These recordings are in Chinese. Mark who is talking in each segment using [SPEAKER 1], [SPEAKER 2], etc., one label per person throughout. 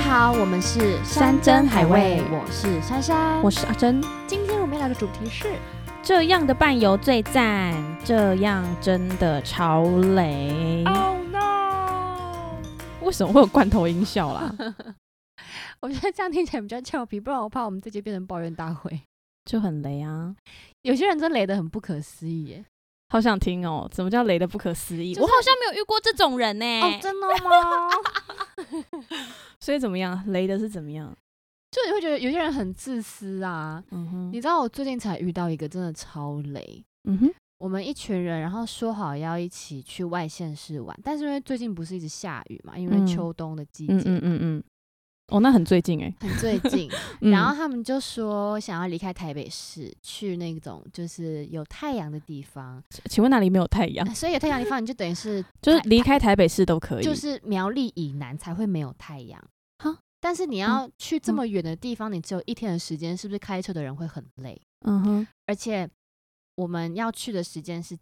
[SPEAKER 1] 好，我们是
[SPEAKER 2] 山珍海味
[SPEAKER 1] 我是珊珊，
[SPEAKER 2] 我是阿珍。
[SPEAKER 1] 今天我们要聊的主题是
[SPEAKER 2] 这样的伴游最赞，这样真的超雷。
[SPEAKER 1] Oh no！
[SPEAKER 2] 为什么会有罐头音效啦？
[SPEAKER 1] 我觉得这样听起来比较俏皮，不然我怕我们这集变成抱怨大会。
[SPEAKER 2] 就很雷啊，
[SPEAKER 1] 有些人真雷的很不可思议耶！
[SPEAKER 2] 好想听哦。怎么叫雷的不可思议？
[SPEAKER 1] 就是
[SPEAKER 2] 我好像没有遇过这种人呢、
[SPEAKER 1] 哦，真的 吗？
[SPEAKER 2] 所以怎么样？雷的是怎么样？
[SPEAKER 1] 就你会觉得有些人很自私啊。
[SPEAKER 2] 嗯哼，
[SPEAKER 1] 你知道我最近才遇到一个真的超雷，
[SPEAKER 2] 嗯哼，
[SPEAKER 1] 我们一群人，然后说好要一起去外县市玩，但是因为最近不是一直下雨嘛，因为
[SPEAKER 2] 嗯
[SPEAKER 1] 秋冬的季节，
[SPEAKER 2] 嗯嗯嗯嗯。哦，那很最近哎、
[SPEAKER 1] 很最近，
[SPEAKER 2] 嗯
[SPEAKER 1] 然后他们就说想要离开台北市，去那种就是有太阳的地方。呃
[SPEAKER 2] 请问哪里没有太阳？
[SPEAKER 1] 所以有太阳的地方，你就等于是
[SPEAKER 2] 就是
[SPEAKER 1] 台
[SPEAKER 2] 离开台北市都可以。
[SPEAKER 1] 就是 苗栗以南才会没有太阳
[SPEAKER 2] 哈。哦嗯
[SPEAKER 1] 但是你要去这么远的地方，你只有一天的时间，是不是开车的人会很累？
[SPEAKER 2] 嗯哼，
[SPEAKER 1] 而且我们要去的时间是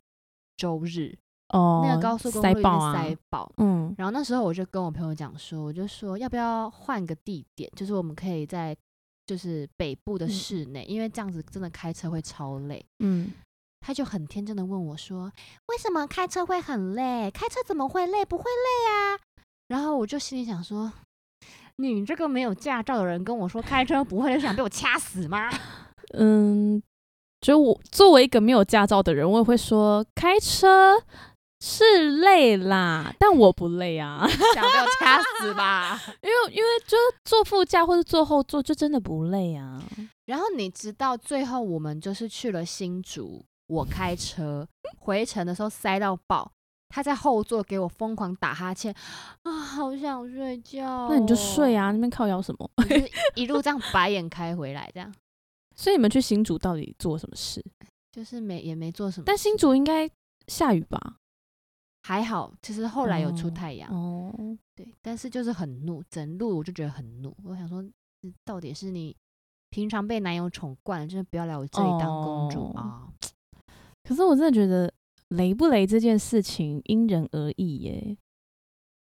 [SPEAKER 1] 周日，
[SPEAKER 2] 哦，
[SPEAKER 1] 那个高速公路
[SPEAKER 2] 塞
[SPEAKER 1] 一定
[SPEAKER 2] 爆啊，
[SPEAKER 1] 塞爆。
[SPEAKER 2] 嗯
[SPEAKER 1] 然后那时候我就跟我朋友讲说，我就说要不要换个地点，就是我们可以在就是北部的
[SPEAKER 2] 嗯
[SPEAKER 1] 室内，因为这样子真的开车会超累。
[SPEAKER 2] 嗯，
[SPEAKER 1] 他就很天真的问我说：“为什么开车会很累？开车怎么会累？不会累啊！”然后我就心里想说：“你这个没有驾照的人跟我说开车不会累，是想被我掐死吗
[SPEAKER 2] 嗯，就我作为一个没有驾照的人，我也会说开车是累啦，但我不累啊，？”
[SPEAKER 1] 想被我掐死吧！
[SPEAKER 2] 因为因为就是坐副驾或者坐后座就真的不累啊。
[SPEAKER 1] 然后你知道，最后我们就是去了新竹，我开车回程的时候塞到爆，他在后座给我疯狂打哈欠，啊，好想睡觉。哦
[SPEAKER 2] 那你就睡，啊，那边靠摇什么？
[SPEAKER 1] 我就是一路这样白眼开回来，这样
[SPEAKER 2] 所以你们去新竹到底做什么事？
[SPEAKER 1] 就是没也没做什么。
[SPEAKER 2] 但新竹应该下雨吧？
[SPEAKER 1] 还好，其实后来有出太阳，
[SPEAKER 2] 哦，
[SPEAKER 1] 对，但是就是很怒，整路我就觉得很怒。我想说，嗯到底是你平常被男友宠惯了，就是不要来我这里当公主
[SPEAKER 2] 哦
[SPEAKER 1] 啊、
[SPEAKER 2] 可是我真的觉得雷不雷这件事情因人而异耶、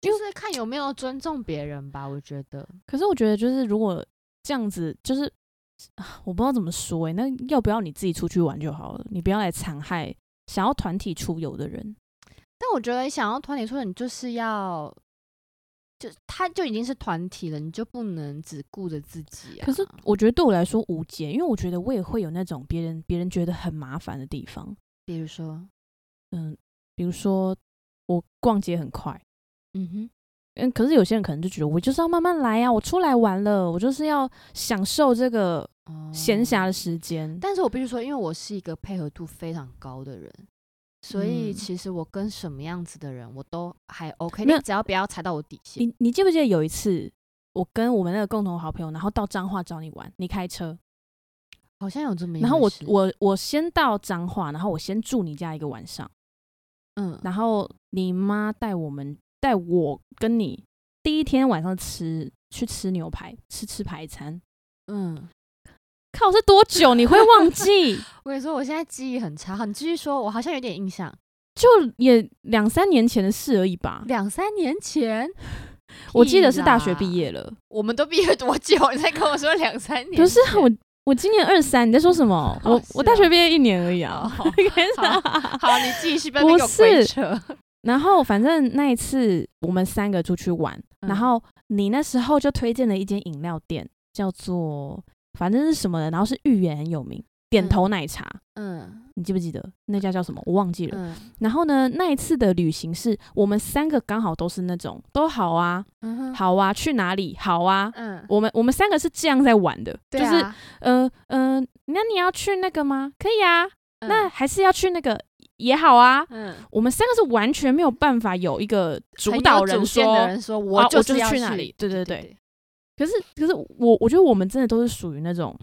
[SPEAKER 1] 就是看有没有尊重别人吧，我觉得。
[SPEAKER 2] 可是我觉得，就是如果这样子，就是啊我不知道怎么说哎、那要不要你自己出去玩就好了？你不要来残害想要团体出游的人。
[SPEAKER 1] 但我觉得想要团体出游，你就是要，就他就已经是团体了，你就不能只顾着自己啊。
[SPEAKER 2] 可是我觉得对我来说无解，因为我觉得我也会有那种别人别人觉得很麻烦的地方。
[SPEAKER 1] 比如说，
[SPEAKER 2] 嗯，比如说我逛街很快，
[SPEAKER 1] 嗯哼，
[SPEAKER 2] 嗯，可是有些人可能就觉得我就是要慢慢来啊，我出来玩了，我就是要享受这个
[SPEAKER 1] 哦
[SPEAKER 2] 闲暇的时间。
[SPEAKER 1] 但是我必须说，因为我是一个配合度非常高的人，所以
[SPEAKER 2] 嗯
[SPEAKER 1] 其实我跟什么样子的人我都还 OK，
[SPEAKER 2] 没
[SPEAKER 1] 你
[SPEAKER 2] 有
[SPEAKER 1] 只要不要踩到我底线。
[SPEAKER 2] 你你记不记得有一次，我跟我们那个共同好朋友，然后到彰化找你玩，你开车，
[SPEAKER 1] 好像有这么一回事，
[SPEAKER 2] 然后我我我先到彰化，然后我先住你家一个晚上，
[SPEAKER 1] 嗯，
[SPEAKER 2] 然后你妈带我们带我跟你第一天晚上吃去吃牛排，吃吃排餐，
[SPEAKER 1] 嗯，
[SPEAKER 2] 靠是多久你会忘 记？
[SPEAKER 1] 我跟你说，我现在记忆很差，你继续说，我好像有点印象，
[SPEAKER 2] 就也两三年前的事而已吧，
[SPEAKER 1] 两三年前，
[SPEAKER 2] 我记得是大学毕
[SPEAKER 1] 业，
[SPEAKER 2] 业了，
[SPEAKER 1] 我们都毕业多久？ 你在跟我说两三年前？哦
[SPEAKER 2] 不是啊我。我今年二三，你在说什么？
[SPEAKER 1] 好
[SPEAKER 2] 我
[SPEAKER 1] 是
[SPEAKER 2] 我大学
[SPEAKER 1] 哦
[SPEAKER 2] 毕业一年而 已啊！
[SPEAKER 1] 好
[SPEAKER 2] 天哪
[SPEAKER 1] 好，你继续，不要
[SPEAKER 2] 不
[SPEAKER 1] 再给我鬼
[SPEAKER 2] 是
[SPEAKER 1] 扯。
[SPEAKER 2] 然后反正那一次我们三个出去玩，
[SPEAKER 1] 嗯
[SPEAKER 2] 然后你那时候就推荐了一间饮料店，叫做反正是什么的，然后是芋圆很有名，点头奶茶，
[SPEAKER 1] 嗯
[SPEAKER 2] 你记不记得那家叫什么？我忘记了。
[SPEAKER 1] 嗯
[SPEAKER 2] 然后呢，那一次的旅行是我们三个刚好都是那种都好啊，
[SPEAKER 1] 嗯哼，
[SPEAKER 2] 好啊，去哪里好啊。
[SPEAKER 1] 嗯，
[SPEAKER 2] 我们我们三个是这样在玩的，
[SPEAKER 1] 对
[SPEAKER 2] 就是
[SPEAKER 1] 啊
[SPEAKER 2] 呃呃，那你要去那个吗？可以啊，
[SPEAKER 1] 嗯
[SPEAKER 2] 那还是要去那个也好啊。
[SPEAKER 1] 嗯。
[SPEAKER 2] 我们三个是完全没有办法有一个主
[SPEAKER 1] 很有
[SPEAKER 2] 导人
[SPEAKER 1] 主见
[SPEAKER 2] 说，
[SPEAKER 1] 的人说，
[SPEAKER 2] 啊
[SPEAKER 1] 我
[SPEAKER 2] 我
[SPEAKER 1] 就
[SPEAKER 2] 就是
[SPEAKER 1] 要
[SPEAKER 2] 去哪里对对对
[SPEAKER 1] 对，
[SPEAKER 2] 可是可是我我觉得我们真的都是属于那种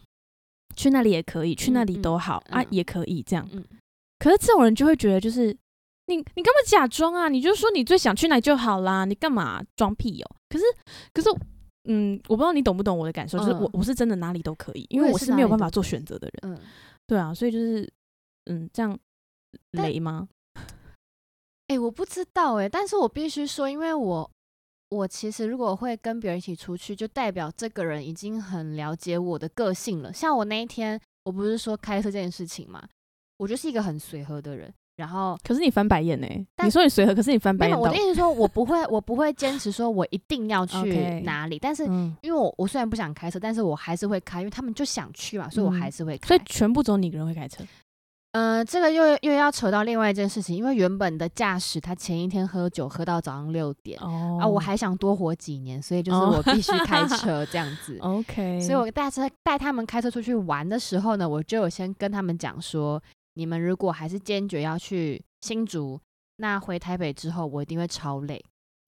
[SPEAKER 2] 去那里也可以，去那里
[SPEAKER 1] 嗯
[SPEAKER 2] 都好、
[SPEAKER 1] 嗯
[SPEAKER 2] 啊，也可以这样。
[SPEAKER 1] 嗯，
[SPEAKER 2] 可是这种人就会觉得就是你你干嘛假装啊？你就说你最想去哪里就好啦，你干嘛装屁哦？可是可是。嗯，我不知道你懂不懂我的感受，就是我
[SPEAKER 1] 嗯
[SPEAKER 2] 我是真的哪里都可以，因
[SPEAKER 1] 我
[SPEAKER 2] 为
[SPEAKER 1] 也
[SPEAKER 2] 我
[SPEAKER 1] 是
[SPEAKER 2] 是
[SPEAKER 1] 哪
[SPEAKER 2] 没有
[SPEAKER 1] 里
[SPEAKER 2] 办
[SPEAKER 1] 都
[SPEAKER 2] 法做
[SPEAKER 1] 可
[SPEAKER 2] 选
[SPEAKER 1] 以
[SPEAKER 2] 择的人，
[SPEAKER 1] 嗯，
[SPEAKER 2] 对啊，所以就是嗯，这样
[SPEAKER 1] 但
[SPEAKER 2] 雷吗？
[SPEAKER 1] 哎、我不知道哎、但是我必须说，因为我我其实如果会跟别人一起出去，就代表这个人已经很了解我的个性了。像我那一天，我不是说开车这件事情嘛，我就是一个很随和的人。然后，
[SPEAKER 2] 可是你翻白眼呢、
[SPEAKER 1] 但
[SPEAKER 2] 你说你随和，可是你翻白
[SPEAKER 1] 没有
[SPEAKER 2] 眼
[SPEAKER 1] 我
[SPEAKER 2] 到
[SPEAKER 1] 的意思是说，我不会，我不会坚持说我一定要去
[SPEAKER 2] OK
[SPEAKER 1] 哪里。但是，
[SPEAKER 2] 嗯，
[SPEAKER 1] 因为我我虽然不想开车，但是我还是会开，因为他们就想去嘛，所以我
[SPEAKER 2] 嗯
[SPEAKER 1] 还是会开。
[SPEAKER 2] 所以全部只有你一个人会开车。
[SPEAKER 1] 呃，这个又又要扯到另外一件事情，因为原本的驾驶他前一天喝酒喝到早上六点、
[SPEAKER 2] 哦
[SPEAKER 1] 啊，我还想多活几年，所以就是
[SPEAKER 2] 哦
[SPEAKER 1] 我必须开车这样子。
[SPEAKER 2] OK，
[SPEAKER 1] 所以我带车带他们开车出去玩的时候呢，我就有先跟他们讲说，你们如果还是坚决要去新竹，那回台北之后我一定会超累，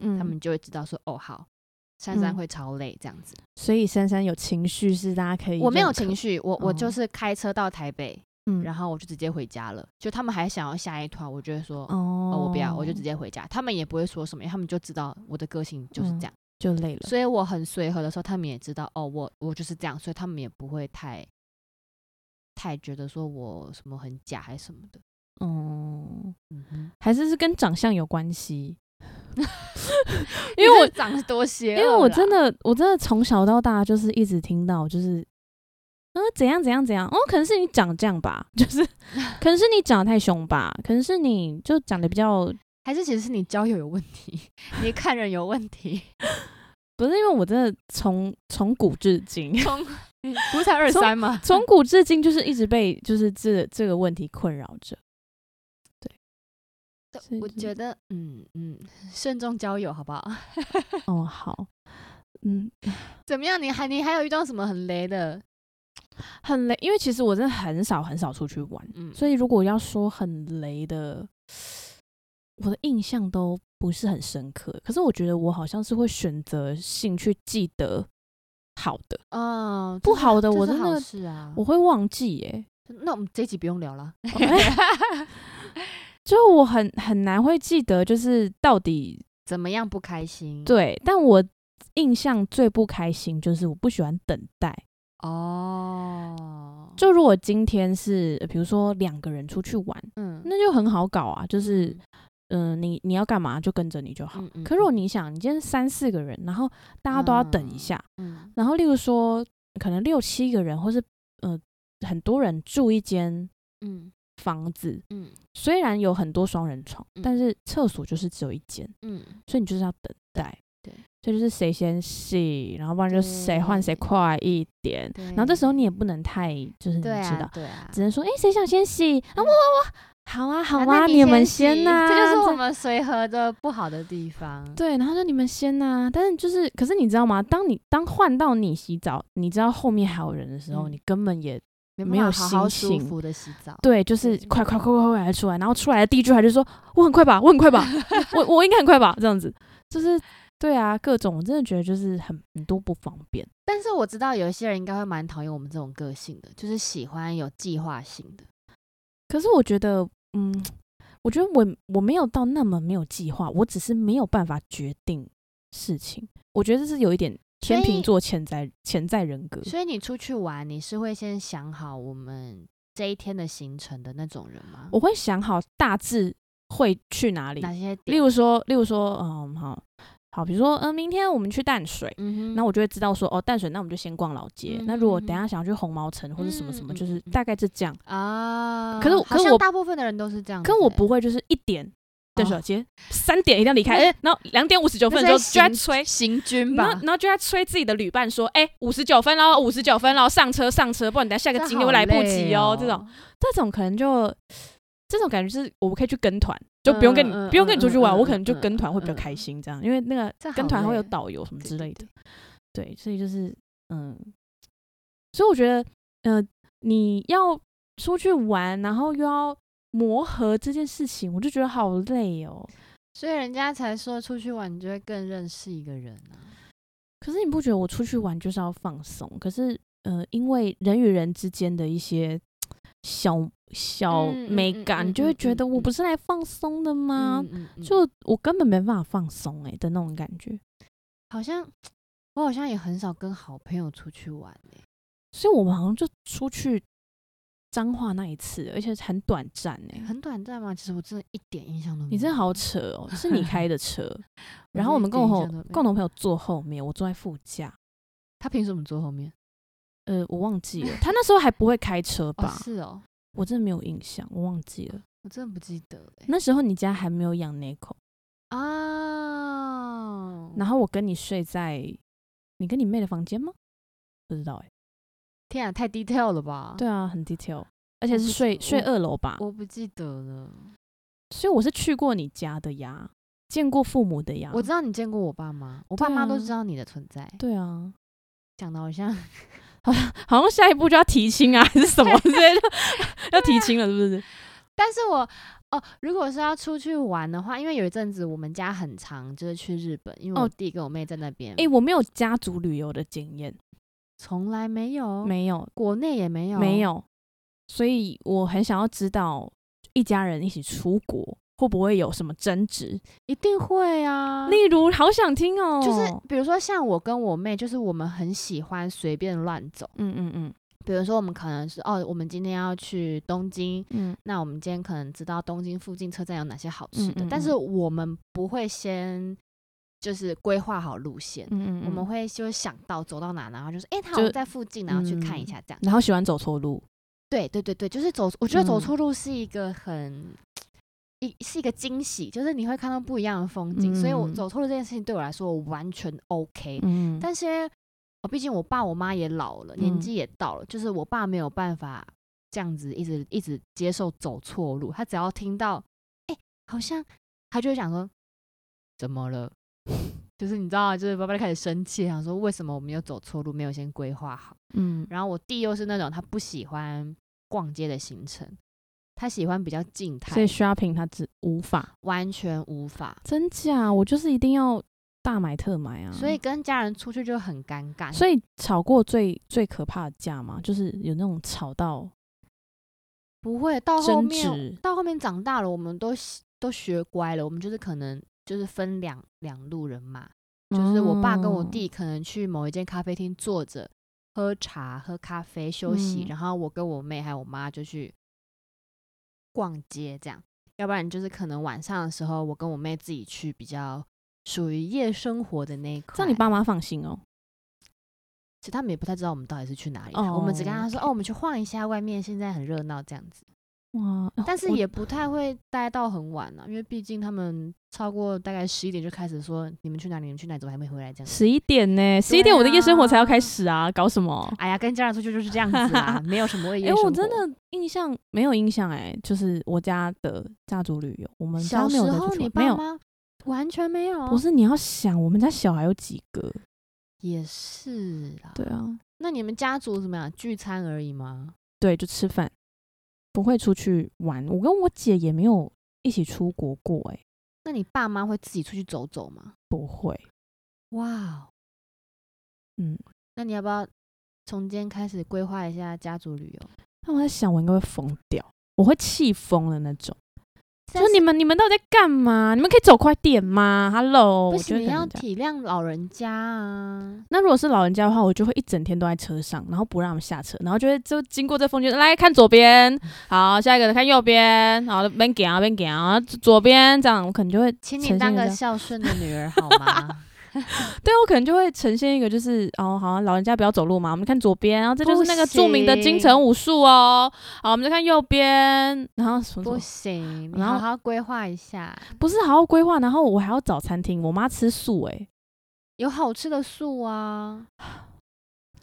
[SPEAKER 2] 嗯
[SPEAKER 1] 他们就会知道说哦好，珊珊
[SPEAKER 2] 嗯
[SPEAKER 1] 会超累这样子。
[SPEAKER 2] 所以珊珊有情绪是大家可以，
[SPEAKER 1] 我没有情，绪，我我
[SPEAKER 2] 哦
[SPEAKER 1] 就是开车到台北，
[SPEAKER 2] 嗯
[SPEAKER 1] 然
[SPEAKER 2] 后
[SPEAKER 1] 后我就直接回家了。就他们还想要下一团，我就会说。
[SPEAKER 2] 哦
[SPEAKER 1] 哦，我不要，我就直接回家。他们也不会说什么，因为他们就知道我的个性就是这
[SPEAKER 2] 嗯
[SPEAKER 1] 样，
[SPEAKER 2] 就累了。
[SPEAKER 1] 所以我很随和的时候，他们也知道哦，我我就是这样，所以他们也不会太太觉得说我什么很假还是什么的。
[SPEAKER 2] 哦，
[SPEAKER 1] 嗯哼，
[SPEAKER 2] 还是是跟长相有 关系，
[SPEAKER 1] 你
[SPEAKER 2] 因为我
[SPEAKER 1] 这长得多邪恶
[SPEAKER 2] 因
[SPEAKER 1] 啦，
[SPEAKER 2] 为我真的我真的从小到大就是一直听到就是，嗯、怎样怎样怎样，哦，可能是你长这样吧，就是 可能是你长得太凶吧，可能是你就长得比较
[SPEAKER 1] 还是其实是你交友有问题， 你看人有问题。
[SPEAKER 2] 不是因为我真的从从古至今。
[SPEAKER 1] 从不是才二
[SPEAKER 2] 从
[SPEAKER 1] 三吗？
[SPEAKER 2] 从古至今就是一直被就是这这个问题困扰着。
[SPEAKER 1] 对
[SPEAKER 2] 所以
[SPEAKER 1] 我
[SPEAKER 2] 就是
[SPEAKER 1] 觉得，嗯嗯，慎重交友好不好？
[SPEAKER 2] 哦，好，嗯，
[SPEAKER 1] 怎么样？你还你还有遇到什么很雷的？
[SPEAKER 2] 很雷，因为其实我真的很少很少出去玩，
[SPEAKER 1] 嗯，
[SPEAKER 2] 所以如果要说很雷的，我的印象都不是很深刻。可是我觉得我好像是会选择性去记得好的，
[SPEAKER 1] 哦，
[SPEAKER 2] 不好的我
[SPEAKER 1] 真
[SPEAKER 2] 真的
[SPEAKER 1] 是啊。
[SPEAKER 2] 我会忘记耶、
[SPEAKER 1] 那我们这一集不用聊了。
[SPEAKER 2] 就我很很难会记得，就是到底
[SPEAKER 1] 怎么样不开心？
[SPEAKER 2] 对，但我印象最不开心就是我不喜欢等待。
[SPEAKER 1] 哦，
[SPEAKER 2] 就如果今天是呃比如说两个人出去玩，
[SPEAKER 1] 嗯
[SPEAKER 2] 那就很好搞啊，就是嗯、呃你你要干嘛就跟着你就好。
[SPEAKER 1] 嗯嗯
[SPEAKER 2] 可如果你想，你今天三四个人，然后大家都要等一下，
[SPEAKER 1] 嗯
[SPEAKER 2] 然后例如说可能六七个人，或是呃很多人住一间
[SPEAKER 1] 嗯
[SPEAKER 2] 房子，
[SPEAKER 1] 嗯
[SPEAKER 2] 虽然有很多双人床，
[SPEAKER 1] 嗯
[SPEAKER 2] 但是厕所就是只有一间，
[SPEAKER 1] 嗯，
[SPEAKER 2] 所以你就是要等待。
[SPEAKER 1] 对，
[SPEAKER 2] 所以就是谁先洗，然后不然就谁换谁
[SPEAKER 1] 对
[SPEAKER 2] 快一点。
[SPEAKER 1] 对。
[SPEAKER 2] 然后这时候你也不能太，就是你
[SPEAKER 1] 对
[SPEAKER 2] 知道
[SPEAKER 1] 啊，，对啊，
[SPEAKER 2] 只能说，哎、谁想先洗？啊，我
[SPEAKER 1] 嗯
[SPEAKER 2] 我我，好啊，好
[SPEAKER 1] 啊
[SPEAKER 2] 啊，
[SPEAKER 1] 那
[SPEAKER 2] 你们
[SPEAKER 1] 先
[SPEAKER 2] 先
[SPEAKER 1] 洗
[SPEAKER 2] 呐、
[SPEAKER 1] 这就是我
[SPEAKER 2] 样
[SPEAKER 1] 们随和的不好的地方。
[SPEAKER 2] 对，然后说你们先呐、但是就是，可是你知道吗？当你当换到你洗澡，你知道后面还有人的时候，
[SPEAKER 1] 嗯
[SPEAKER 2] 你根本也
[SPEAKER 1] 没办
[SPEAKER 2] 没
[SPEAKER 1] 法
[SPEAKER 2] 有
[SPEAKER 1] 好好
[SPEAKER 2] 心
[SPEAKER 1] 舒
[SPEAKER 2] 情
[SPEAKER 1] 服的洗澡。
[SPEAKER 2] 对，就是
[SPEAKER 1] 嗯
[SPEAKER 2] 快快快快快出来，然后出来的第一句话就说我很快吧，我很快 吧，我我应该很快吧，这样子，就是对啊，各种我真的觉得就是很很多不方便。
[SPEAKER 1] 但是我知道有一些人应该会蛮讨厌我们这种个性的，就是喜欢有计划性的。
[SPEAKER 2] 可是我觉得，嗯，我觉得我我没有到那么没有计划，我只是没有办法决定事情。我觉得这是有一点
[SPEAKER 1] 所
[SPEAKER 2] 天
[SPEAKER 1] 以
[SPEAKER 2] 秤座潜在潜在人格。
[SPEAKER 1] 所以你出去玩，你是会先想好我们这一天的行程的那种人吗？
[SPEAKER 2] 我会想好大致会去哪里，
[SPEAKER 1] 哪些
[SPEAKER 2] 例
[SPEAKER 1] 点？
[SPEAKER 2] 如说，例如说，嗯，好好，比如说，嗯、明天我们去淡水。
[SPEAKER 1] 嗯哼，
[SPEAKER 2] 那我就会知道说，哦，淡水，那我们就先逛老街。那如果等一下想要去红毛城或者什么什么，
[SPEAKER 1] 嗯嗯
[SPEAKER 2] 就是
[SPEAKER 1] 嗯嗯
[SPEAKER 2] 大概是这样。
[SPEAKER 1] 啊，
[SPEAKER 2] 可是我
[SPEAKER 1] 好
[SPEAKER 2] 可是
[SPEAKER 1] 像
[SPEAKER 2] 我
[SPEAKER 1] 大部分的人都是这样子欸，
[SPEAKER 2] 可我不会，就是一点淡水
[SPEAKER 1] 哦
[SPEAKER 2] 老街，三点一定要离开，哎、然后两点五十九分的时
[SPEAKER 1] 那
[SPEAKER 2] 候
[SPEAKER 1] 是
[SPEAKER 2] 就在
[SPEAKER 1] 行
[SPEAKER 2] 吹
[SPEAKER 1] 行军
[SPEAKER 2] 然
[SPEAKER 1] 吧
[SPEAKER 2] 后，然后就在催自己的旅伴说：“哎、五十九分喽，五十九分喽，上车上车，不然你等下下
[SPEAKER 1] 这
[SPEAKER 2] 个景
[SPEAKER 1] 好
[SPEAKER 2] 点会来不
[SPEAKER 1] 累
[SPEAKER 2] 及
[SPEAKER 1] 哦
[SPEAKER 2] 哦。”这种这种可能就这种感觉是我可以去跟团，就不用跟你、
[SPEAKER 1] 嗯嗯
[SPEAKER 2] 不用跟你出去玩，
[SPEAKER 1] 嗯嗯
[SPEAKER 2] 我可能就
[SPEAKER 1] 嗯嗯
[SPEAKER 2] 跟团会比较
[SPEAKER 1] 嗯嗯
[SPEAKER 2] 开心，这样，因为那个
[SPEAKER 1] 这好
[SPEAKER 2] 跟团会有
[SPEAKER 1] 累
[SPEAKER 2] 导游什么之类的，
[SPEAKER 1] 对
[SPEAKER 2] 对，所以就是嗯，所以我觉得呃，你要出去玩，然后又要磨合这件事情，我就觉得好累哦。
[SPEAKER 1] 所以人家才说出去玩，你就会更认识一个人啊。
[SPEAKER 2] 可是你不觉得我出去玩就是要放松？可是呃，因为人与人之间的一些小小
[SPEAKER 1] 嗯嗯
[SPEAKER 2] 美
[SPEAKER 1] 嗯
[SPEAKER 2] 感，
[SPEAKER 1] 嗯
[SPEAKER 2] 你就会
[SPEAKER 1] 嗯
[SPEAKER 2] 觉
[SPEAKER 1] 嗯
[SPEAKER 2] 得我
[SPEAKER 1] 嗯
[SPEAKER 2] 不是来放松的吗？
[SPEAKER 1] 嗯嗯嗯
[SPEAKER 2] 啊就我根本没办法放松哎、的那种感觉，
[SPEAKER 1] 好像我好像也很少跟好朋友出去玩欸
[SPEAKER 2] 所以我们好像就出去彰化那一次，而且很短暂哎、
[SPEAKER 1] 很短暂嘛，其实我真的一点印象都没有。
[SPEAKER 2] 你真的好扯哦，是你开 的车，
[SPEAKER 1] 我
[SPEAKER 2] 然后我们
[SPEAKER 1] 真
[SPEAKER 2] 共
[SPEAKER 1] 的一
[SPEAKER 2] 同
[SPEAKER 1] 点印象都没有
[SPEAKER 2] 共同朋友坐后面，我坐在副驾。
[SPEAKER 1] 他凭什么坐后面？
[SPEAKER 2] 呃，我忘记 了，他那时候还不会开车
[SPEAKER 1] 哦，
[SPEAKER 2] 吧？
[SPEAKER 1] 是哦，
[SPEAKER 2] 我真的没有印象，我忘记了。
[SPEAKER 1] 我真的不记得欸了
[SPEAKER 2] 那时候你家还没有养 n i c o
[SPEAKER 1] 欸。啊，
[SPEAKER 2] 然后我跟你睡在你跟你妹的房间吗？不知
[SPEAKER 1] 哦
[SPEAKER 2] 道哎、
[SPEAKER 1] 天啊，太 detail 了吧？，
[SPEAKER 2] 对啊，很 detail，而且
[SPEAKER 1] 我
[SPEAKER 2] 是
[SPEAKER 1] 不记
[SPEAKER 2] 睡
[SPEAKER 1] 我
[SPEAKER 2] 睡二楼吧？
[SPEAKER 1] 我不记得了。
[SPEAKER 2] 所以我是去过你家的呀，见过父母的呀。
[SPEAKER 1] 我知道你见过我爸妈，我爸妈
[SPEAKER 2] 啊对啊
[SPEAKER 1] 都知道你的存在。
[SPEAKER 2] 对啊，
[SPEAKER 1] 讲的好像
[SPEAKER 2] 好像下一步就要提亲啊，还是什么 之类的，要提亲了是不是？
[SPEAKER 1] 但是我哦，如果是要出去玩的话，因为有一阵子我们家很长，就是去日本，因为我
[SPEAKER 2] 哦
[SPEAKER 1] 弟跟我妹在那边，
[SPEAKER 2] 哎、我没有家族旅游的经验，
[SPEAKER 1] 从来没有，
[SPEAKER 2] 没有，
[SPEAKER 1] 国内也哦没有，哦
[SPEAKER 2] 没，有，所以我很想要知道一家人一起出国会不会有什么争执。
[SPEAKER 1] 一定会啊。
[SPEAKER 2] 例如，好想听哦，
[SPEAKER 1] 就是比如说像我跟我妹，就是我们很喜欢随便乱走。
[SPEAKER 2] 嗯嗯嗯
[SPEAKER 1] 比如说我们可能是哦，我们今天要去东京，
[SPEAKER 2] 嗯，
[SPEAKER 1] 那我们今天可能知道东京附近车站有哪些好吃的，
[SPEAKER 2] 嗯嗯
[SPEAKER 1] 但
[SPEAKER 2] 嗯
[SPEAKER 1] 是我们不会先就是规划好路线，
[SPEAKER 2] 嗯
[SPEAKER 1] 我们会就想到走到哪，然后就是哎，他、好
[SPEAKER 2] 就
[SPEAKER 1] 像在附近，然后去看一
[SPEAKER 2] 嗯
[SPEAKER 1] 下这样。
[SPEAKER 2] 然后喜欢走错路，
[SPEAKER 1] 对对对对，就是走，我觉得走
[SPEAKER 2] 嗯
[SPEAKER 1] 错路是一个很。一是一个惊喜，就是你会看到不一样的风景，所以我
[SPEAKER 2] 嗯
[SPEAKER 1] 走错路这件事情对我来说我完全 OK，、
[SPEAKER 2] 嗯，
[SPEAKER 1] 但是因为我毕竟我爸我妈也老了，年
[SPEAKER 2] 嗯
[SPEAKER 1] 纪也到了，就是我爸没有办法这样子一直一直接受走错路，他只要听到，哎、好像他就会讲说，怎么了？ 就是你知道啊，就是爸爸就开始生气，想说为什么我们又走错路，没有先规划好。
[SPEAKER 2] 嗯
[SPEAKER 1] 然后我弟又是那种他不喜欢逛街的行程，他喜欢比较静态
[SPEAKER 2] 所以，shopping 它只无法，
[SPEAKER 1] 完全无法，
[SPEAKER 2] 真假？我就是一定要大买特买啊！
[SPEAKER 1] 所以跟家人出去就很尴尬。
[SPEAKER 2] 所以吵过最最可怕的架嘛，就是有那种吵到
[SPEAKER 1] 不会到后
[SPEAKER 2] 争
[SPEAKER 1] 面
[SPEAKER 2] 执，
[SPEAKER 1] 到后面长大了，我们都习都学乖了，我们就是可能就是分两两路人嘛，就是我爸跟我
[SPEAKER 2] 哦，
[SPEAKER 1] 弟可能去某一间咖啡厅坐着喝茶、喝咖啡休息，
[SPEAKER 2] 嗯
[SPEAKER 1] 然后我跟我妹还有我妈就去逛街这样，要不然就是可能晚上的时候，我跟我妹自己去比较属于夜生活的那一块。
[SPEAKER 2] 这样你爸妈放心哦。
[SPEAKER 1] 其实他们也不太知道我们到底是去哪里啊，我们只跟他说
[SPEAKER 2] 哦，OK
[SPEAKER 1] 哦，我们去晃一下，外面现在很热闹这样子。
[SPEAKER 2] 哇！
[SPEAKER 1] 但是
[SPEAKER 2] 我
[SPEAKER 1] 也不太会待到很晚啊，因为毕竟他们超过大概十一点就开始说你们去哪里，你们去哪里，怎么还没回来这样子。
[SPEAKER 2] 十一点呢，十一点我的夜生活才要开
[SPEAKER 1] 啊
[SPEAKER 2] 始啊，搞什么？
[SPEAKER 1] 哎呀，跟家人出去就是这样子 啦，没有什么为夜
[SPEAKER 2] 哎、
[SPEAKER 1] 生活。
[SPEAKER 2] 我真的印象没有印象哎、就是我家的家族旅游，我们家
[SPEAKER 1] 小
[SPEAKER 2] 没
[SPEAKER 1] 时
[SPEAKER 2] 有得出
[SPEAKER 1] 候
[SPEAKER 2] 去
[SPEAKER 1] 你
[SPEAKER 2] 玩，没
[SPEAKER 1] 爸
[SPEAKER 2] 有。
[SPEAKER 1] 妈完全没有，
[SPEAKER 2] 不是你要想，我们家小孩有几个？
[SPEAKER 1] 也是啦。
[SPEAKER 2] 对，啊，
[SPEAKER 1] 那你们家族怎么样？聚餐而已吗？
[SPEAKER 2] 对，就吃饭，不会出去玩。我跟我姐也没有一起出国过哎、
[SPEAKER 1] 那你爸妈会自己出去走走吗？
[SPEAKER 2] 不会。
[SPEAKER 1] 哇哦，
[SPEAKER 2] 嗯，
[SPEAKER 1] 那你要不要从今天开始规划一下家族旅游？
[SPEAKER 2] 那我在想，我应该会疯掉，我会气疯的那种。就
[SPEAKER 1] 但是
[SPEAKER 2] 你们，你们到底在干嘛？你们可以走快点吗？Hello，
[SPEAKER 1] 不
[SPEAKER 2] 哦我觉
[SPEAKER 1] 行，
[SPEAKER 2] 得
[SPEAKER 1] 你
[SPEAKER 2] 可能
[SPEAKER 1] 要
[SPEAKER 2] 这样
[SPEAKER 1] 体谅老人家啊。
[SPEAKER 2] 那如果是老人家的话，我就会一整天都在车上，然后不让他们下车，然后就会就经过这风景，来看左
[SPEAKER 1] 嗯
[SPEAKER 2] 边，好，下一个看右边，好，边给啊边给啊，左边这样，我可能就会，
[SPEAKER 1] 请
[SPEAKER 2] 呈
[SPEAKER 1] 你
[SPEAKER 2] 现
[SPEAKER 1] 当
[SPEAKER 2] 一
[SPEAKER 1] 个
[SPEAKER 2] 下
[SPEAKER 1] 孝顺的女儿好 吗？
[SPEAKER 2] 对我可能就会呈现一个就是哦，好，老人家不要走路嘛，我们看左边，然后这就是那个
[SPEAKER 1] 不行
[SPEAKER 2] 著名的京城武术哦，好，我们再看右边，然后什么什
[SPEAKER 1] 不
[SPEAKER 2] 么
[SPEAKER 1] 行，你
[SPEAKER 2] 然
[SPEAKER 1] 好
[SPEAKER 2] 后
[SPEAKER 1] 好规划一下，
[SPEAKER 2] 不是好好规划，然后我还要找餐厅，我妈吃素欸诶、
[SPEAKER 1] 有好吃的素 啊。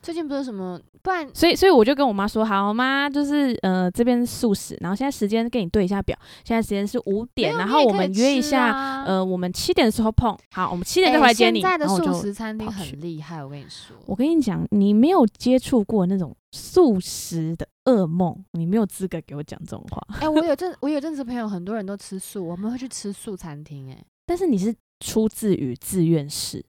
[SPEAKER 1] 最近不是什么，不然
[SPEAKER 2] 所以，所以我就跟我妈说，好妈，就是呃，这边是素食，然后现在时间跟你对一下表，现在时间是五点，
[SPEAKER 1] 没有
[SPEAKER 2] 然
[SPEAKER 1] 你
[SPEAKER 2] 后
[SPEAKER 1] 也
[SPEAKER 2] 我
[SPEAKER 1] 可以
[SPEAKER 2] 们约一
[SPEAKER 1] 吃
[SPEAKER 2] 下，
[SPEAKER 1] 啊
[SPEAKER 2] 呃，我们七点的时候碰，好，我们七点
[SPEAKER 1] 哎
[SPEAKER 2] 再回来接你。
[SPEAKER 1] 现在的
[SPEAKER 2] 然后我
[SPEAKER 1] 素
[SPEAKER 2] 就，
[SPEAKER 1] 食餐厅
[SPEAKER 2] 跑去
[SPEAKER 1] 很厉害，我跟你说，
[SPEAKER 2] 我跟你讲，你没有接触过那种素食的噩梦，你没有资格给我讲这种话。
[SPEAKER 1] 哎、我有阵我 有阵子朋友很多人都吃素，我们会去吃素餐厅、哎，
[SPEAKER 2] 但是你是出自于自愿式，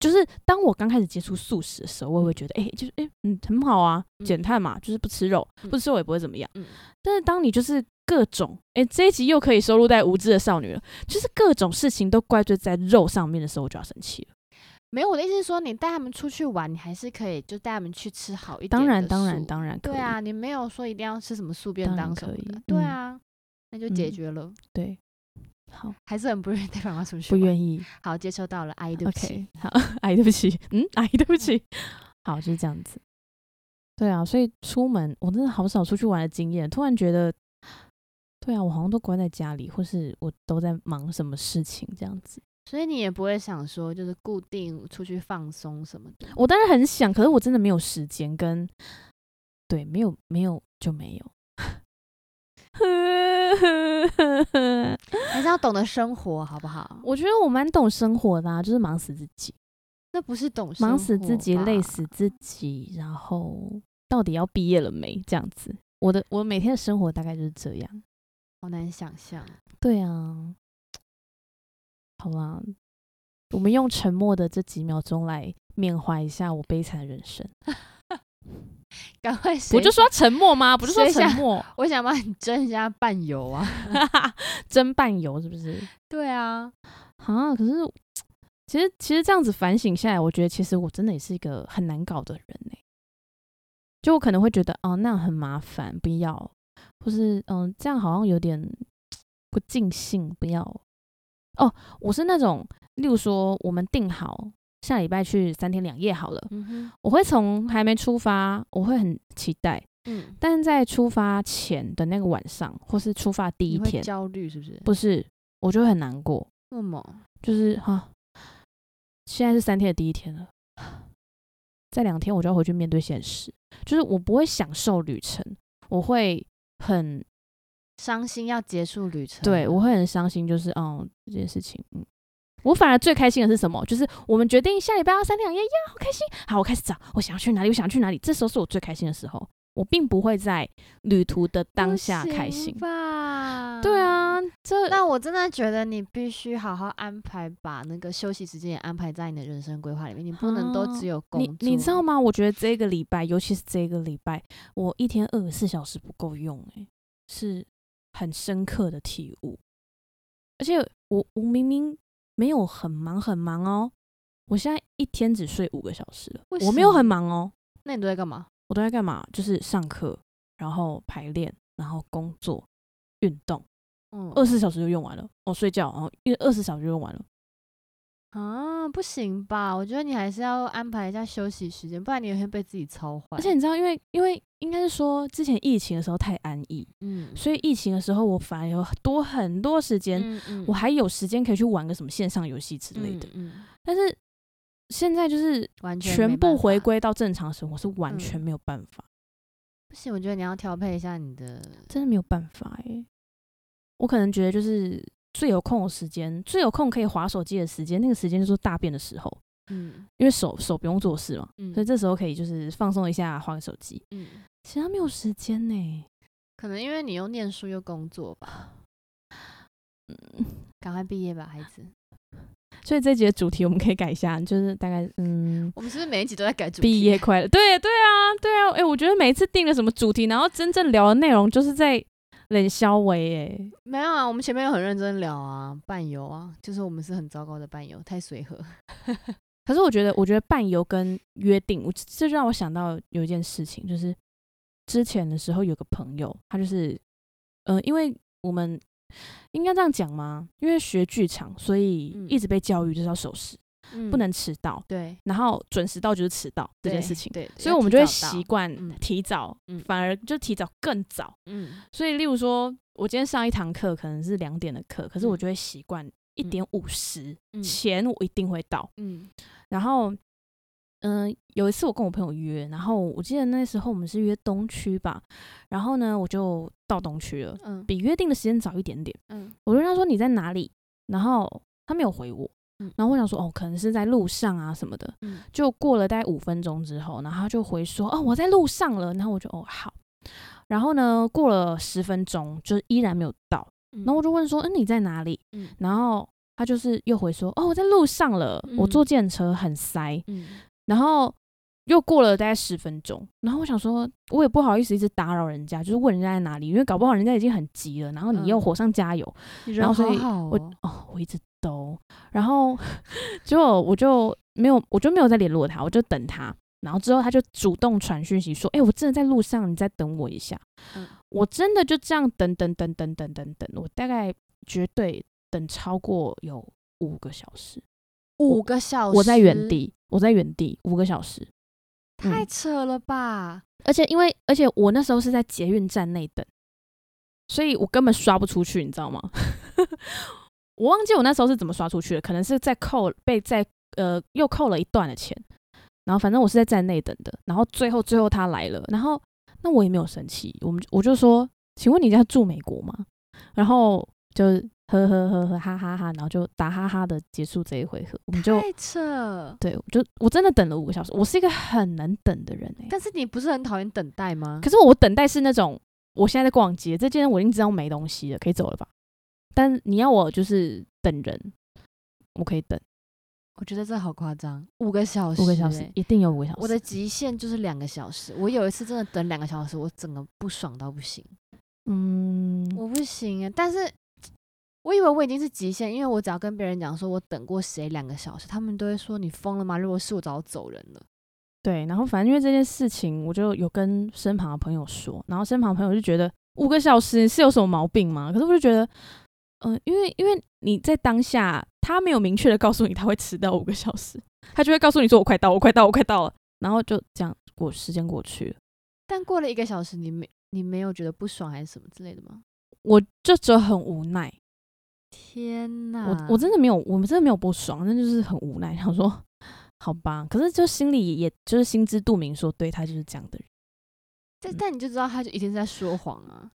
[SPEAKER 2] 就是当我刚开始接触素食的时候，我也会觉得，哎、就是哎、嗯，很好啊，
[SPEAKER 1] 嗯
[SPEAKER 2] 减碳嘛，就是不吃肉，
[SPEAKER 1] 嗯
[SPEAKER 2] 不吃肉也不会怎么样。
[SPEAKER 1] 嗯
[SPEAKER 2] 但是当你就是各种，哎、这一集又可以收录在无知的少女了，就是各种事情都怪罪在肉上面的时候，我就要生气了。
[SPEAKER 1] 没有，我的意思是说，你带他们出去玩，你还是可以就带他们去吃好一点。
[SPEAKER 2] 当然，当然，当然可以。
[SPEAKER 1] 对啊，你没有说一定要吃什么素便
[SPEAKER 2] 当然
[SPEAKER 1] 当
[SPEAKER 2] 可
[SPEAKER 1] 什么的
[SPEAKER 2] 以，
[SPEAKER 1] 对
[SPEAKER 2] 嗯
[SPEAKER 1] 啊，那就解
[SPEAKER 2] 嗯
[SPEAKER 1] 决了。
[SPEAKER 2] 对，好，
[SPEAKER 1] 还是很不愿意 带爸妈出去，
[SPEAKER 2] 不愿意。
[SPEAKER 1] 好，接收到了，阿姨，对不起。
[SPEAKER 2] OK，好， 哎，对不起，嗯，哎，对不起， 好，就是这样子。对啊，所以出门我真的好少出去玩的经验，突然觉得，对啊，我好像都关在家里，或是我都在忙什么事情这样子。
[SPEAKER 1] 所以你也不会想说，就是固定出去放松什么的。
[SPEAKER 2] 我当然很想，可是我真的没有时间跟，对，没有没有就没 有。
[SPEAKER 1] 还是要懂得生活，好不好？
[SPEAKER 2] 我觉得我蛮懂生活的、啊，就是忙死自己，
[SPEAKER 1] 那不是懂
[SPEAKER 2] 忙
[SPEAKER 1] 生
[SPEAKER 2] 死自
[SPEAKER 1] 活
[SPEAKER 2] 己，
[SPEAKER 1] 吧
[SPEAKER 2] 累。死自己，然后到底要毕业了没？这样子，我的我每天的生活大概就是这样。
[SPEAKER 1] 好难想象。
[SPEAKER 2] 对啊，好啦，我们用沉默的这几秒钟来缅怀一下我悲惨的人生。
[SPEAKER 1] 赶快，
[SPEAKER 2] 不就说要沉默吗？不就说
[SPEAKER 1] 谁
[SPEAKER 2] 沉
[SPEAKER 1] 想
[SPEAKER 2] 默，
[SPEAKER 1] 我想帮你蒸一下伴游啊？
[SPEAKER 2] 真伴游是不是？
[SPEAKER 1] 对啊，
[SPEAKER 2] 啊，可是其实其实这样子反省下来，我觉得其实我真的也是一个很难搞的人呢、就我可能会觉得，哦，那样很麻烦，不要；或是嗯，这样好像有点不尽兴，不要。哦，我是那种，例如说，我们定好下礼拜去三天两夜好了，
[SPEAKER 1] 嗯哼，
[SPEAKER 2] 我会从还没出发，我会很期待，
[SPEAKER 1] 嗯，
[SPEAKER 2] 但是在出发前的那个晚上，或是出发第
[SPEAKER 1] 你
[SPEAKER 2] 一
[SPEAKER 1] 会
[SPEAKER 2] 天，
[SPEAKER 1] 焦虑是不是？
[SPEAKER 2] 不是，我就会很难过。
[SPEAKER 1] 那么
[SPEAKER 2] 就是哈、现在是三天的第一天了，再两天我就要回去面对现实。就是我不会享受旅程，我会很
[SPEAKER 1] 伤心要结束旅程了，
[SPEAKER 2] 对我会很伤心，就是嗯这件事情，嗯，我反而最开心的是什么？就是我们决定下礼拜要三天两夜，呀，好开心！好，我开始找我想要去哪里，我想要去哪里。这时候是我最开心的时候，我并不会在旅途的当
[SPEAKER 1] 不
[SPEAKER 2] 下开
[SPEAKER 1] 行
[SPEAKER 2] 心。
[SPEAKER 1] 吧？
[SPEAKER 2] 对。啊，这
[SPEAKER 1] 那我真的觉得你必须好好安排，把那个休息时间也安排在你的人生规划里面，你不能都
[SPEAKER 2] 啊
[SPEAKER 1] 只有工
[SPEAKER 2] 你
[SPEAKER 1] 作。
[SPEAKER 2] 你知道吗？我觉得这个礼拜，尤其是这个礼拜，我一天二十四小时不够用、欸，是很深刻的体悟。而且我我明明没有很忙很忙哦，我现在一天只睡五个小时了
[SPEAKER 1] 为，
[SPEAKER 2] 我没有
[SPEAKER 1] 什
[SPEAKER 2] 很忙哦，
[SPEAKER 1] 那你都在干嘛？
[SPEAKER 2] 我都在干嘛？就是上课，然后排练，然后工作、运动，
[SPEAKER 1] 嗯，
[SPEAKER 2] 二十四小时就用完了。哦，睡觉，然后一二十小时就用完了。
[SPEAKER 1] 啊，不行吧？我觉得你还是要安排一下休息时间，不然你也会被自己操坏。
[SPEAKER 2] 而且，你知道，因为因为应该是说之前疫情的时候太安逸，
[SPEAKER 1] 嗯，
[SPEAKER 2] 所以疫情的时候，我反而有多很多时间，
[SPEAKER 1] 嗯嗯
[SPEAKER 2] 我还有时间可以去玩个什么线上游戏之类的。
[SPEAKER 1] 嗯嗯
[SPEAKER 2] 但是现在就是
[SPEAKER 1] 完全
[SPEAKER 2] 全
[SPEAKER 1] 没
[SPEAKER 2] 部
[SPEAKER 1] 办
[SPEAKER 2] 回
[SPEAKER 1] 法。嗯
[SPEAKER 2] 归到正常生活，是完全没有办法，
[SPEAKER 1] 不行，我觉得你要调配一下你的，
[SPEAKER 2] 真的没有办法哎、
[SPEAKER 1] 欸
[SPEAKER 2] 我可能觉得就是最有空的时间，最有空可以划手机的时间，那个时间就是大便的时候，
[SPEAKER 1] 嗯
[SPEAKER 2] 因为手手不用做事嘛，
[SPEAKER 1] 嗯
[SPEAKER 2] 所以这时候可以就是放松一下，划个手机。
[SPEAKER 1] 嗯，
[SPEAKER 2] 其他没有时间呢、
[SPEAKER 1] 可能因为你又念书又工作吧，
[SPEAKER 2] 嗯，
[SPEAKER 1] 赶快毕业吧，孩子。
[SPEAKER 2] 所以这集的主题我们可以改一下，就是大概嗯。
[SPEAKER 1] 我们是不是每一集都在改主
[SPEAKER 2] 毕
[SPEAKER 1] 题？
[SPEAKER 2] 业快乐，对对啊，对啊，哎、我觉得每一次定了什么主题，然后真正聊的内容就是在冷消维，哎，
[SPEAKER 1] 没有啊，我们前面有很认真聊啊，伴游啊，就是我们是很糟糕的伴游，太随和。
[SPEAKER 2] 可是我觉得，我觉得伴游跟约定，我这让我想到有一件事情，就是之前的时候有个朋友，他就是，呃，因为我们应该这样讲吗？因为学剧场，所以
[SPEAKER 1] 嗯
[SPEAKER 2] 一直被教育就是要守时，
[SPEAKER 1] 嗯
[SPEAKER 2] 不能迟到，
[SPEAKER 1] 对
[SPEAKER 2] 然后准时到就是迟到这件事情，
[SPEAKER 1] 对，对
[SPEAKER 2] 所以
[SPEAKER 1] 要
[SPEAKER 2] 我们
[SPEAKER 1] 提
[SPEAKER 2] 就会
[SPEAKER 1] 早到
[SPEAKER 2] 习惯
[SPEAKER 1] 嗯
[SPEAKER 2] 提早，
[SPEAKER 1] 嗯
[SPEAKER 2] 反而就提早更早。
[SPEAKER 1] 嗯
[SPEAKER 2] 所以，例如说，我今天上一堂课可能是两点的课，可是
[SPEAKER 1] 嗯
[SPEAKER 2] 我就会习惯一点五十
[SPEAKER 1] 嗯
[SPEAKER 2] 前我一定会到。
[SPEAKER 1] 嗯
[SPEAKER 2] 然后，嗯、有一次我跟我朋友约，然后我记得那时候我们是约东区吧，然后呢我就到东区了，
[SPEAKER 1] 嗯
[SPEAKER 2] 比约定的时间早一点点。
[SPEAKER 1] 嗯
[SPEAKER 2] 我就问他说你在哪里，然后他没有回我
[SPEAKER 1] 嗯。
[SPEAKER 2] 然后我想说，哦，可能是在路上啊什么的。
[SPEAKER 1] 嗯
[SPEAKER 2] 就过了大概五分钟之后，然后他就回说，哦，我在路上了。然后我就，哦，好。然后呢，过了十分钟，就依然没有到。
[SPEAKER 1] 嗯，
[SPEAKER 2] 然后我就问说，嗯，你在哪里？
[SPEAKER 1] 嗯
[SPEAKER 2] 然后他就是又回说，哦，我在路上了，我
[SPEAKER 1] 嗯
[SPEAKER 2] 坐电车很塞。
[SPEAKER 1] 嗯
[SPEAKER 2] 然后又过了大概十分钟，然后我想说，我也不好意思一直打扰人家，就是问人家在哪里，因为搞不好人家已经很急了，然后你又
[SPEAKER 1] 嗯
[SPEAKER 2] 火上加油，
[SPEAKER 1] 你
[SPEAKER 2] 然
[SPEAKER 1] 人
[SPEAKER 2] 后
[SPEAKER 1] 好
[SPEAKER 2] 所以
[SPEAKER 1] 好
[SPEAKER 2] 我
[SPEAKER 1] 哦，
[SPEAKER 2] 哦，我一直都，然后结果我就没有，我就没有再联络他，我就等他。然后之后他就主动传讯息说：“哎、我真的在路上，你再等我一下。
[SPEAKER 1] 嗯
[SPEAKER 2] 我真的就这样等等等等等等等，我大概绝对等超过有五个小时。
[SPEAKER 1] 五个小时，
[SPEAKER 2] 我在原，地，我在原地五个小时。嗯
[SPEAKER 1] 太扯了吧？
[SPEAKER 2] 而且因为而且我那时候是在捷运站内等，所以我根本刷不出去，你知道吗？ 我忘记我那时候是怎么刷出去的，可能是在扣被在呃又扣了一段的钱，然后反正我是在站内等的，然后最后最后他来了，然后那我也没有生气，我们我就说，请问你家住美国吗？然后就是呵呵呵呵哈哈哈，然后就打哈哈的结束这一回合，我们就
[SPEAKER 1] 太扯。
[SPEAKER 2] 对，我就我真的等了五个小时，我是一个很能等的人哎、
[SPEAKER 1] 但是你不是很讨厌等待吗？
[SPEAKER 2] 可是我等待是那种，我现在在逛街，这间我已经知道没东西了，可以走了吧？但你要我就是等人，我可以等
[SPEAKER 1] 我觉得这好夸张，五个小时、欸
[SPEAKER 2] 五个小时，，一定有五个小时。
[SPEAKER 1] 我的极限就是两个小时。我有一次真的等两个小时，我整个不爽到不行，
[SPEAKER 2] 嗯，
[SPEAKER 1] 我不行啊！但是我以为我已经是极限，因为我只要跟别人讲说我等过谁两个小时，他们都会说你疯了吗？如果是我早就走人了。
[SPEAKER 2] 对。然后反正因为这件事情，我就有跟身旁的朋友说，然后身旁的朋友就觉得五个小时是有什么毛病吗？可是我就觉得，嗯、因为因为你在当下，他没有明确的告诉你他会迟到五个小时，他就会告诉你说我快到，我快到，我快到了，然后就这样过时间过去了。
[SPEAKER 1] 但过了一个小时，你没你没有觉得不爽还是什么之类的吗？
[SPEAKER 2] 我就只有很无奈，
[SPEAKER 1] 天哪！
[SPEAKER 2] 我我真的没有，我们真的没有不爽，那就是很无奈，想说好吧，可是就心里也就是心知肚明说，对他就是这样的人。
[SPEAKER 1] 但但你就知道他就一定在说谎啊。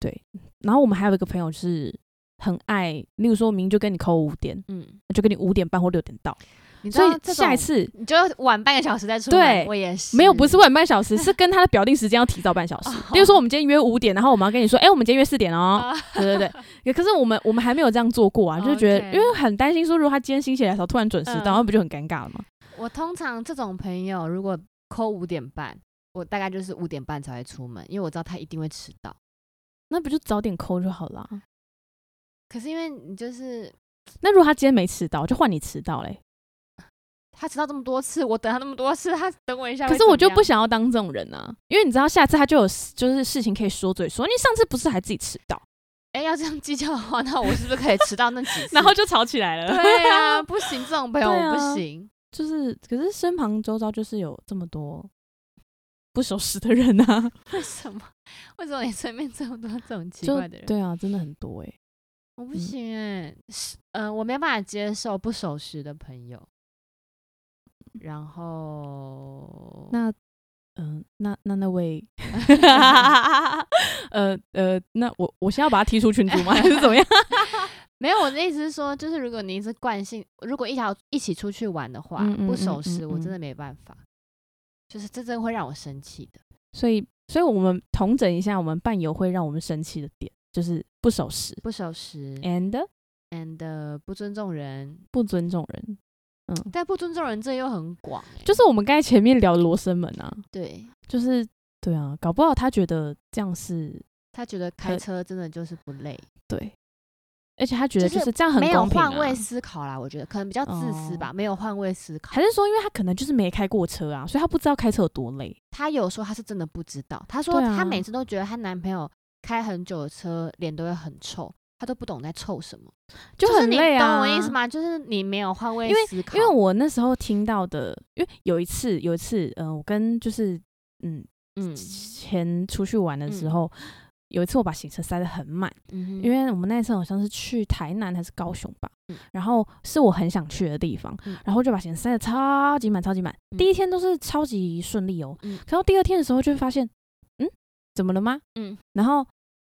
[SPEAKER 2] 然后我们还有一个朋友是很爱，例如说我明明就跟你扣五点，
[SPEAKER 1] 嗯，
[SPEAKER 2] 就跟你五点半或六点到，
[SPEAKER 1] 你知
[SPEAKER 2] 所
[SPEAKER 1] 道这
[SPEAKER 2] 以下一
[SPEAKER 1] 种
[SPEAKER 2] 次
[SPEAKER 1] 你就晚半个小时再出
[SPEAKER 2] 对
[SPEAKER 1] 门，我也是
[SPEAKER 2] 没有不是晚半 小时，是跟他的表定时间要提早半小时。
[SPEAKER 1] 哦
[SPEAKER 2] 例如说我们今天约五点，然后我们要跟你说，哎、我们今天约四点哦。
[SPEAKER 1] 啊
[SPEAKER 2] 对对对，可是我们我们还没有这样做过啊，就觉得
[SPEAKER 1] OK
[SPEAKER 2] 因为很担心说，如果他今天心血来潮突然准时
[SPEAKER 1] 嗯
[SPEAKER 2] 到，那不就很尴尬了吗？
[SPEAKER 1] 我通常这种朋友，如果扣五点半，我大概就是五点半才会出门，因为我知道他一定会迟到。
[SPEAKER 2] 那不就早点扣就好了啊？
[SPEAKER 1] 可是因为你就是
[SPEAKER 2] 那如果他今天没迟到，就换你迟到嘞。
[SPEAKER 1] 他迟到这么多次，我等他那么多次，他等我一下会
[SPEAKER 2] 可
[SPEAKER 1] 怎么样。
[SPEAKER 2] 是我就不想要当这种人啊，因为你知道下次他就有就是事情可以说嘴说，你上次不是还自己迟到，
[SPEAKER 1] 哎、要这样计较的话，那我是不是可以迟到那几次？
[SPEAKER 2] 然后就吵起来了。
[SPEAKER 1] 对啊，不行，这种朋友
[SPEAKER 2] 对
[SPEAKER 1] 我
[SPEAKER 2] 啊
[SPEAKER 1] 不行。
[SPEAKER 2] 就是可是身旁周遭就是有这么多不守时的人啊，
[SPEAKER 1] 为什么？为什么你身边这么多这种 奇
[SPEAKER 2] 就
[SPEAKER 1] 怪的人？
[SPEAKER 2] 对啊，真的很多哎、
[SPEAKER 1] 我不
[SPEAKER 2] 嗯
[SPEAKER 1] 行哎、是嗯、我没办法接受不守时的朋友。然后，
[SPEAKER 2] 那嗯、那那 那位呃呃，那我我先要把他踢出群组吗？还是怎么样？
[SPEAKER 1] 没有，我的意思是说，就是如果你一直惯性，如果一条一起出去玩的话，
[SPEAKER 2] 嗯嗯
[SPEAKER 1] 不
[SPEAKER 2] 嗯
[SPEAKER 1] 守
[SPEAKER 2] 嗯
[SPEAKER 1] 时，我
[SPEAKER 2] 嗯
[SPEAKER 1] 真的没办法，就是这真的会让我生气的。
[SPEAKER 2] 所以，所以我们统整一下，我们伴游会让我们生气的点，就是不守时
[SPEAKER 1] 不守时
[SPEAKER 2] ，and
[SPEAKER 1] and 呃不尊重人，
[SPEAKER 2] 不尊重人。嗯，
[SPEAKER 1] 但不尊重人这又很广、欸，
[SPEAKER 2] 就是我们刚才前面聊罗生门啊，
[SPEAKER 1] 对
[SPEAKER 2] 就是对啊，搞不好他觉得这样是
[SPEAKER 1] 他觉得开
[SPEAKER 2] 很
[SPEAKER 1] 车真的就是不累，
[SPEAKER 2] 对，而且他觉得
[SPEAKER 1] 就是
[SPEAKER 2] 就是这样很
[SPEAKER 1] 没有
[SPEAKER 2] 公平、啊、哦
[SPEAKER 1] 换位思考啦，我觉得可能比较自私吧，没有换位思考。
[SPEAKER 2] 还是说因为他可能就是没开过车啊，所以他不知道开车有多累。
[SPEAKER 1] 她有说她是真的不知道，她说
[SPEAKER 2] 对啊
[SPEAKER 1] 她每次都觉得她男朋友开很久的车，脸都会很臭，她都不懂在臭什么，
[SPEAKER 2] 就是很累啊
[SPEAKER 1] 你懂我意思吗？就是你没有换位思考，
[SPEAKER 2] 因为我那时候听到的，因为有一次有一次，嗯、我跟就是嗯
[SPEAKER 1] 嗯
[SPEAKER 2] 前出去玩的时
[SPEAKER 1] 嗯
[SPEAKER 2] 候，有一次我把行程塞得很满。
[SPEAKER 1] 嗯哼，
[SPEAKER 2] 因为我们那次好像是去台南还是高雄吧，
[SPEAKER 1] 嗯
[SPEAKER 2] 然后是我很想去的地方，
[SPEAKER 1] 嗯
[SPEAKER 2] 然后就把钱塞得超级满，超级满。
[SPEAKER 1] 嗯
[SPEAKER 2] 第一天都是超级顺利哦，
[SPEAKER 1] 嗯
[SPEAKER 2] 然后第二天的时候就会发现，嗯，怎么了吗？
[SPEAKER 1] 嗯
[SPEAKER 2] 然后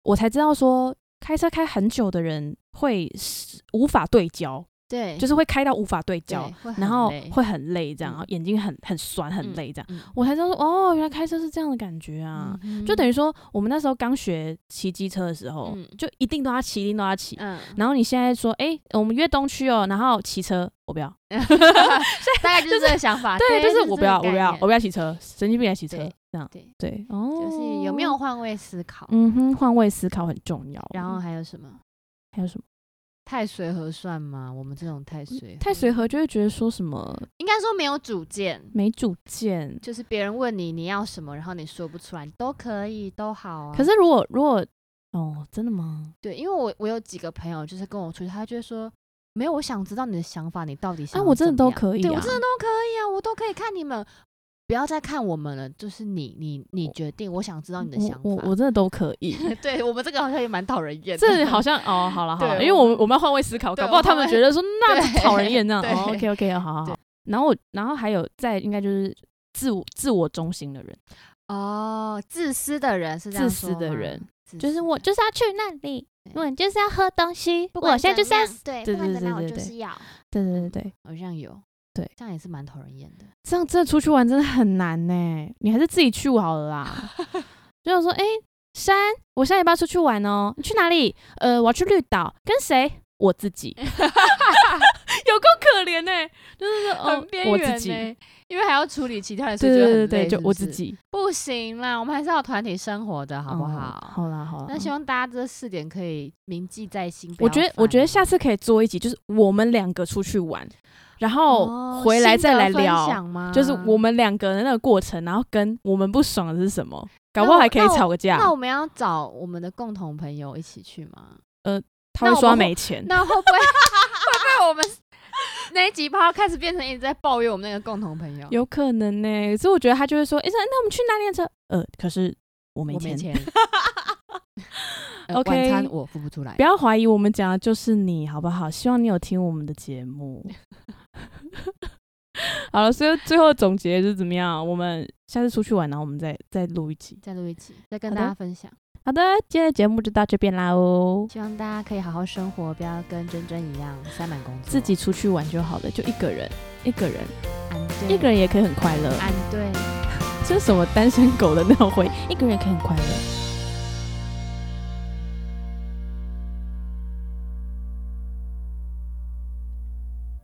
[SPEAKER 2] 我才知道说，开车开很久的人会是无法对焦，
[SPEAKER 1] 对，
[SPEAKER 2] 就是是会开到无法对焦，，然后会很累，这
[SPEAKER 1] 嗯
[SPEAKER 2] 样，然后眼睛很很酸，很
[SPEAKER 1] 嗯
[SPEAKER 2] 累，这样。
[SPEAKER 1] 嗯
[SPEAKER 2] 我才知道说，哦，原来开车是这样的感觉啊。就等
[SPEAKER 1] 于
[SPEAKER 2] 于说，我们那时候刚学骑机车的时候，
[SPEAKER 1] 嗯
[SPEAKER 2] 就一定都要骑，一定都要骑。
[SPEAKER 1] 嗯，
[SPEAKER 2] 然后你现在说，哎、我们约东区哦，然后骑车，我不要。
[SPEAKER 1] 大概就是这个想法，
[SPEAKER 2] 对，就是
[SPEAKER 1] 是
[SPEAKER 2] 我
[SPEAKER 1] 啊这
[SPEAKER 2] 不要，
[SPEAKER 1] 个概
[SPEAKER 2] 我不要，
[SPEAKER 1] 念
[SPEAKER 2] 我不要骑车，神经病来骑车
[SPEAKER 1] 对，
[SPEAKER 2] 这样。
[SPEAKER 1] 对，
[SPEAKER 2] 对，哦，
[SPEAKER 1] 就是有没有？换位思考，
[SPEAKER 2] 嗯哼，换位思考很重要。
[SPEAKER 1] 然后还有什么？
[SPEAKER 2] 还有什么？
[SPEAKER 1] 太随和算吗？我们这种太随
[SPEAKER 2] 嗯太
[SPEAKER 1] 和
[SPEAKER 2] 随和就会觉得说什么
[SPEAKER 1] 应该说没有主见，
[SPEAKER 2] 没主见。
[SPEAKER 1] 就是别人问你你要什么，然后你说不出来都可以，都好啊。
[SPEAKER 2] 可是如果如果哦，真的吗？
[SPEAKER 1] 对，因为我我有几个朋友就是跟我出去，他就会说。没有，我想知道你的想法，你到底想要怎么
[SPEAKER 2] 啊
[SPEAKER 1] 样？
[SPEAKER 2] 我真的都可以
[SPEAKER 1] 对我
[SPEAKER 2] 啊
[SPEAKER 1] 真的都可以啊，我都可以看你们，不要再看我们了，就是你你你
[SPEAKER 2] 我
[SPEAKER 1] 决定，我想知道你的
[SPEAKER 2] 我
[SPEAKER 1] 想法。
[SPEAKER 2] 我我真的都可 以。
[SPEAKER 1] 对我们这个好像也蛮讨人厌的，
[SPEAKER 2] 这好像哦，好了好了，
[SPEAKER 1] 对
[SPEAKER 2] 因为我
[SPEAKER 1] 我
[SPEAKER 2] 们我们要换位思考，
[SPEAKER 1] 对
[SPEAKER 2] 搞不好他
[SPEAKER 1] 我
[SPEAKER 2] 们
[SPEAKER 1] 们
[SPEAKER 2] 觉得说那
[SPEAKER 1] 对
[SPEAKER 2] 讨人厌那
[SPEAKER 1] 对
[SPEAKER 2] 样。哦、OK OK，好好好
[SPEAKER 1] 对。
[SPEAKER 2] 然后我然后还有再应该就是自我自我中心的人，
[SPEAKER 1] 哦，自私的人是这样
[SPEAKER 2] 自私
[SPEAKER 1] 说
[SPEAKER 2] 的
[SPEAKER 1] 吗
[SPEAKER 2] 人，
[SPEAKER 1] 自
[SPEAKER 2] 就是
[SPEAKER 1] 私
[SPEAKER 2] 我
[SPEAKER 1] 嗯的
[SPEAKER 2] 就是要去那里，
[SPEAKER 1] 对
[SPEAKER 2] 我就是要喝东西，
[SPEAKER 1] 不管
[SPEAKER 2] 我现在就是要
[SPEAKER 1] 怎样
[SPEAKER 2] 对
[SPEAKER 1] 对，不管
[SPEAKER 2] 对
[SPEAKER 1] 怎
[SPEAKER 2] 对
[SPEAKER 1] 么样我
[SPEAKER 2] 对
[SPEAKER 1] 就
[SPEAKER 2] 对
[SPEAKER 1] 是要，
[SPEAKER 2] 对对对对，
[SPEAKER 1] 好像有，
[SPEAKER 2] 对，
[SPEAKER 1] 这样也是蛮讨人厌的。
[SPEAKER 2] 这样真的出去玩真的很难呢、你还是自己去好 了啦。就想说，哎、山，我下礼拜出去玩哦，你去哪里？呃，我要去绿岛，跟谁？我自 己， 有够可怜呢、就是说哦，我自己，
[SPEAKER 1] 欸因为还要处理其他人，所
[SPEAKER 2] 对
[SPEAKER 1] 以觉得
[SPEAKER 2] 对对
[SPEAKER 1] 很
[SPEAKER 2] 对，
[SPEAKER 1] 累
[SPEAKER 2] 就是
[SPEAKER 1] 不
[SPEAKER 2] 我自
[SPEAKER 1] 是
[SPEAKER 2] 己，
[SPEAKER 1] 不行啦，我们还是要有团体生活的好不
[SPEAKER 2] 嗯
[SPEAKER 1] 好？
[SPEAKER 2] 好啦好啦。嗯
[SPEAKER 1] 那希望大家这四点可以铭记在心。不
[SPEAKER 2] 我
[SPEAKER 1] 要
[SPEAKER 2] 觉得我
[SPEAKER 1] 犯
[SPEAKER 2] 觉得
[SPEAKER 1] 哦
[SPEAKER 2] 下次可以做一集，就是我们两个出去玩，然后
[SPEAKER 1] 哦
[SPEAKER 2] 回来
[SPEAKER 1] 心
[SPEAKER 2] 再
[SPEAKER 1] 得
[SPEAKER 2] 来
[SPEAKER 1] 分
[SPEAKER 2] 聊，
[SPEAKER 1] 享啊吗？
[SPEAKER 2] 就是我们两个的那个过程，然后跟我们不爽的是什么，搞不好
[SPEAKER 1] 那我
[SPEAKER 2] 还可以
[SPEAKER 1] 那我
[SPEAKER 2] 吵个架。
[SPEAKER 1] 那我们要找我们的共同朋友一起去吗？
[SPEAKER 2] 他会
[SPEAKER 1] 那我
[SPEAKER 2] 说他
[SPEAKER 1] 们会
[SPEAKER 2] 没钱，
[SPEAKER 1] 那会不 会会不会我们那一集 p 开始变成一直在抱怨我们那个共同朋友？
[SPEAKER 2] 有可能呢、所以我觉得他就会说，哎、那那我们去哪里的车？呃，可是我没
[SPEAKER 1] 我没
[SPEAKER 2] 钱。
[SPEAKER 1] 钱。呃
[SPEAKER 2] OK
[SPEAKER 1] 晚餐我付不出来
[SPEAKER 2] 不。要怀疑我们讲的就是你，好不好？希望你有听我们的节目。 好了，所以最后总结是怎么样？我们下次出去玩，然后我们再再录一集。
[SPEAKER 1] 再录一期，再跟
[SPEAKER 2] 好
[SPEAKER 1] 大
[SPEAKER 2] 的
[SPEAKER 1] 家分享。
[SPEAKER 2] 好的，今天的节目就到这边啦哦。
[SPEAKER 1] 希望大家可以好好生活，不要跟珍珍一样塞满工作，
[SPEAKER 2] 自己出去玩就好了，就一个人，一个人，
[SPEAKER 1] 安对
[SPEAKER 2] 一个人也可以很快乐。啊
[SPEAKER 1] 安对。
[SPEAKER 2] 这是什么单身狗的那种回，一个人也可以很快乐。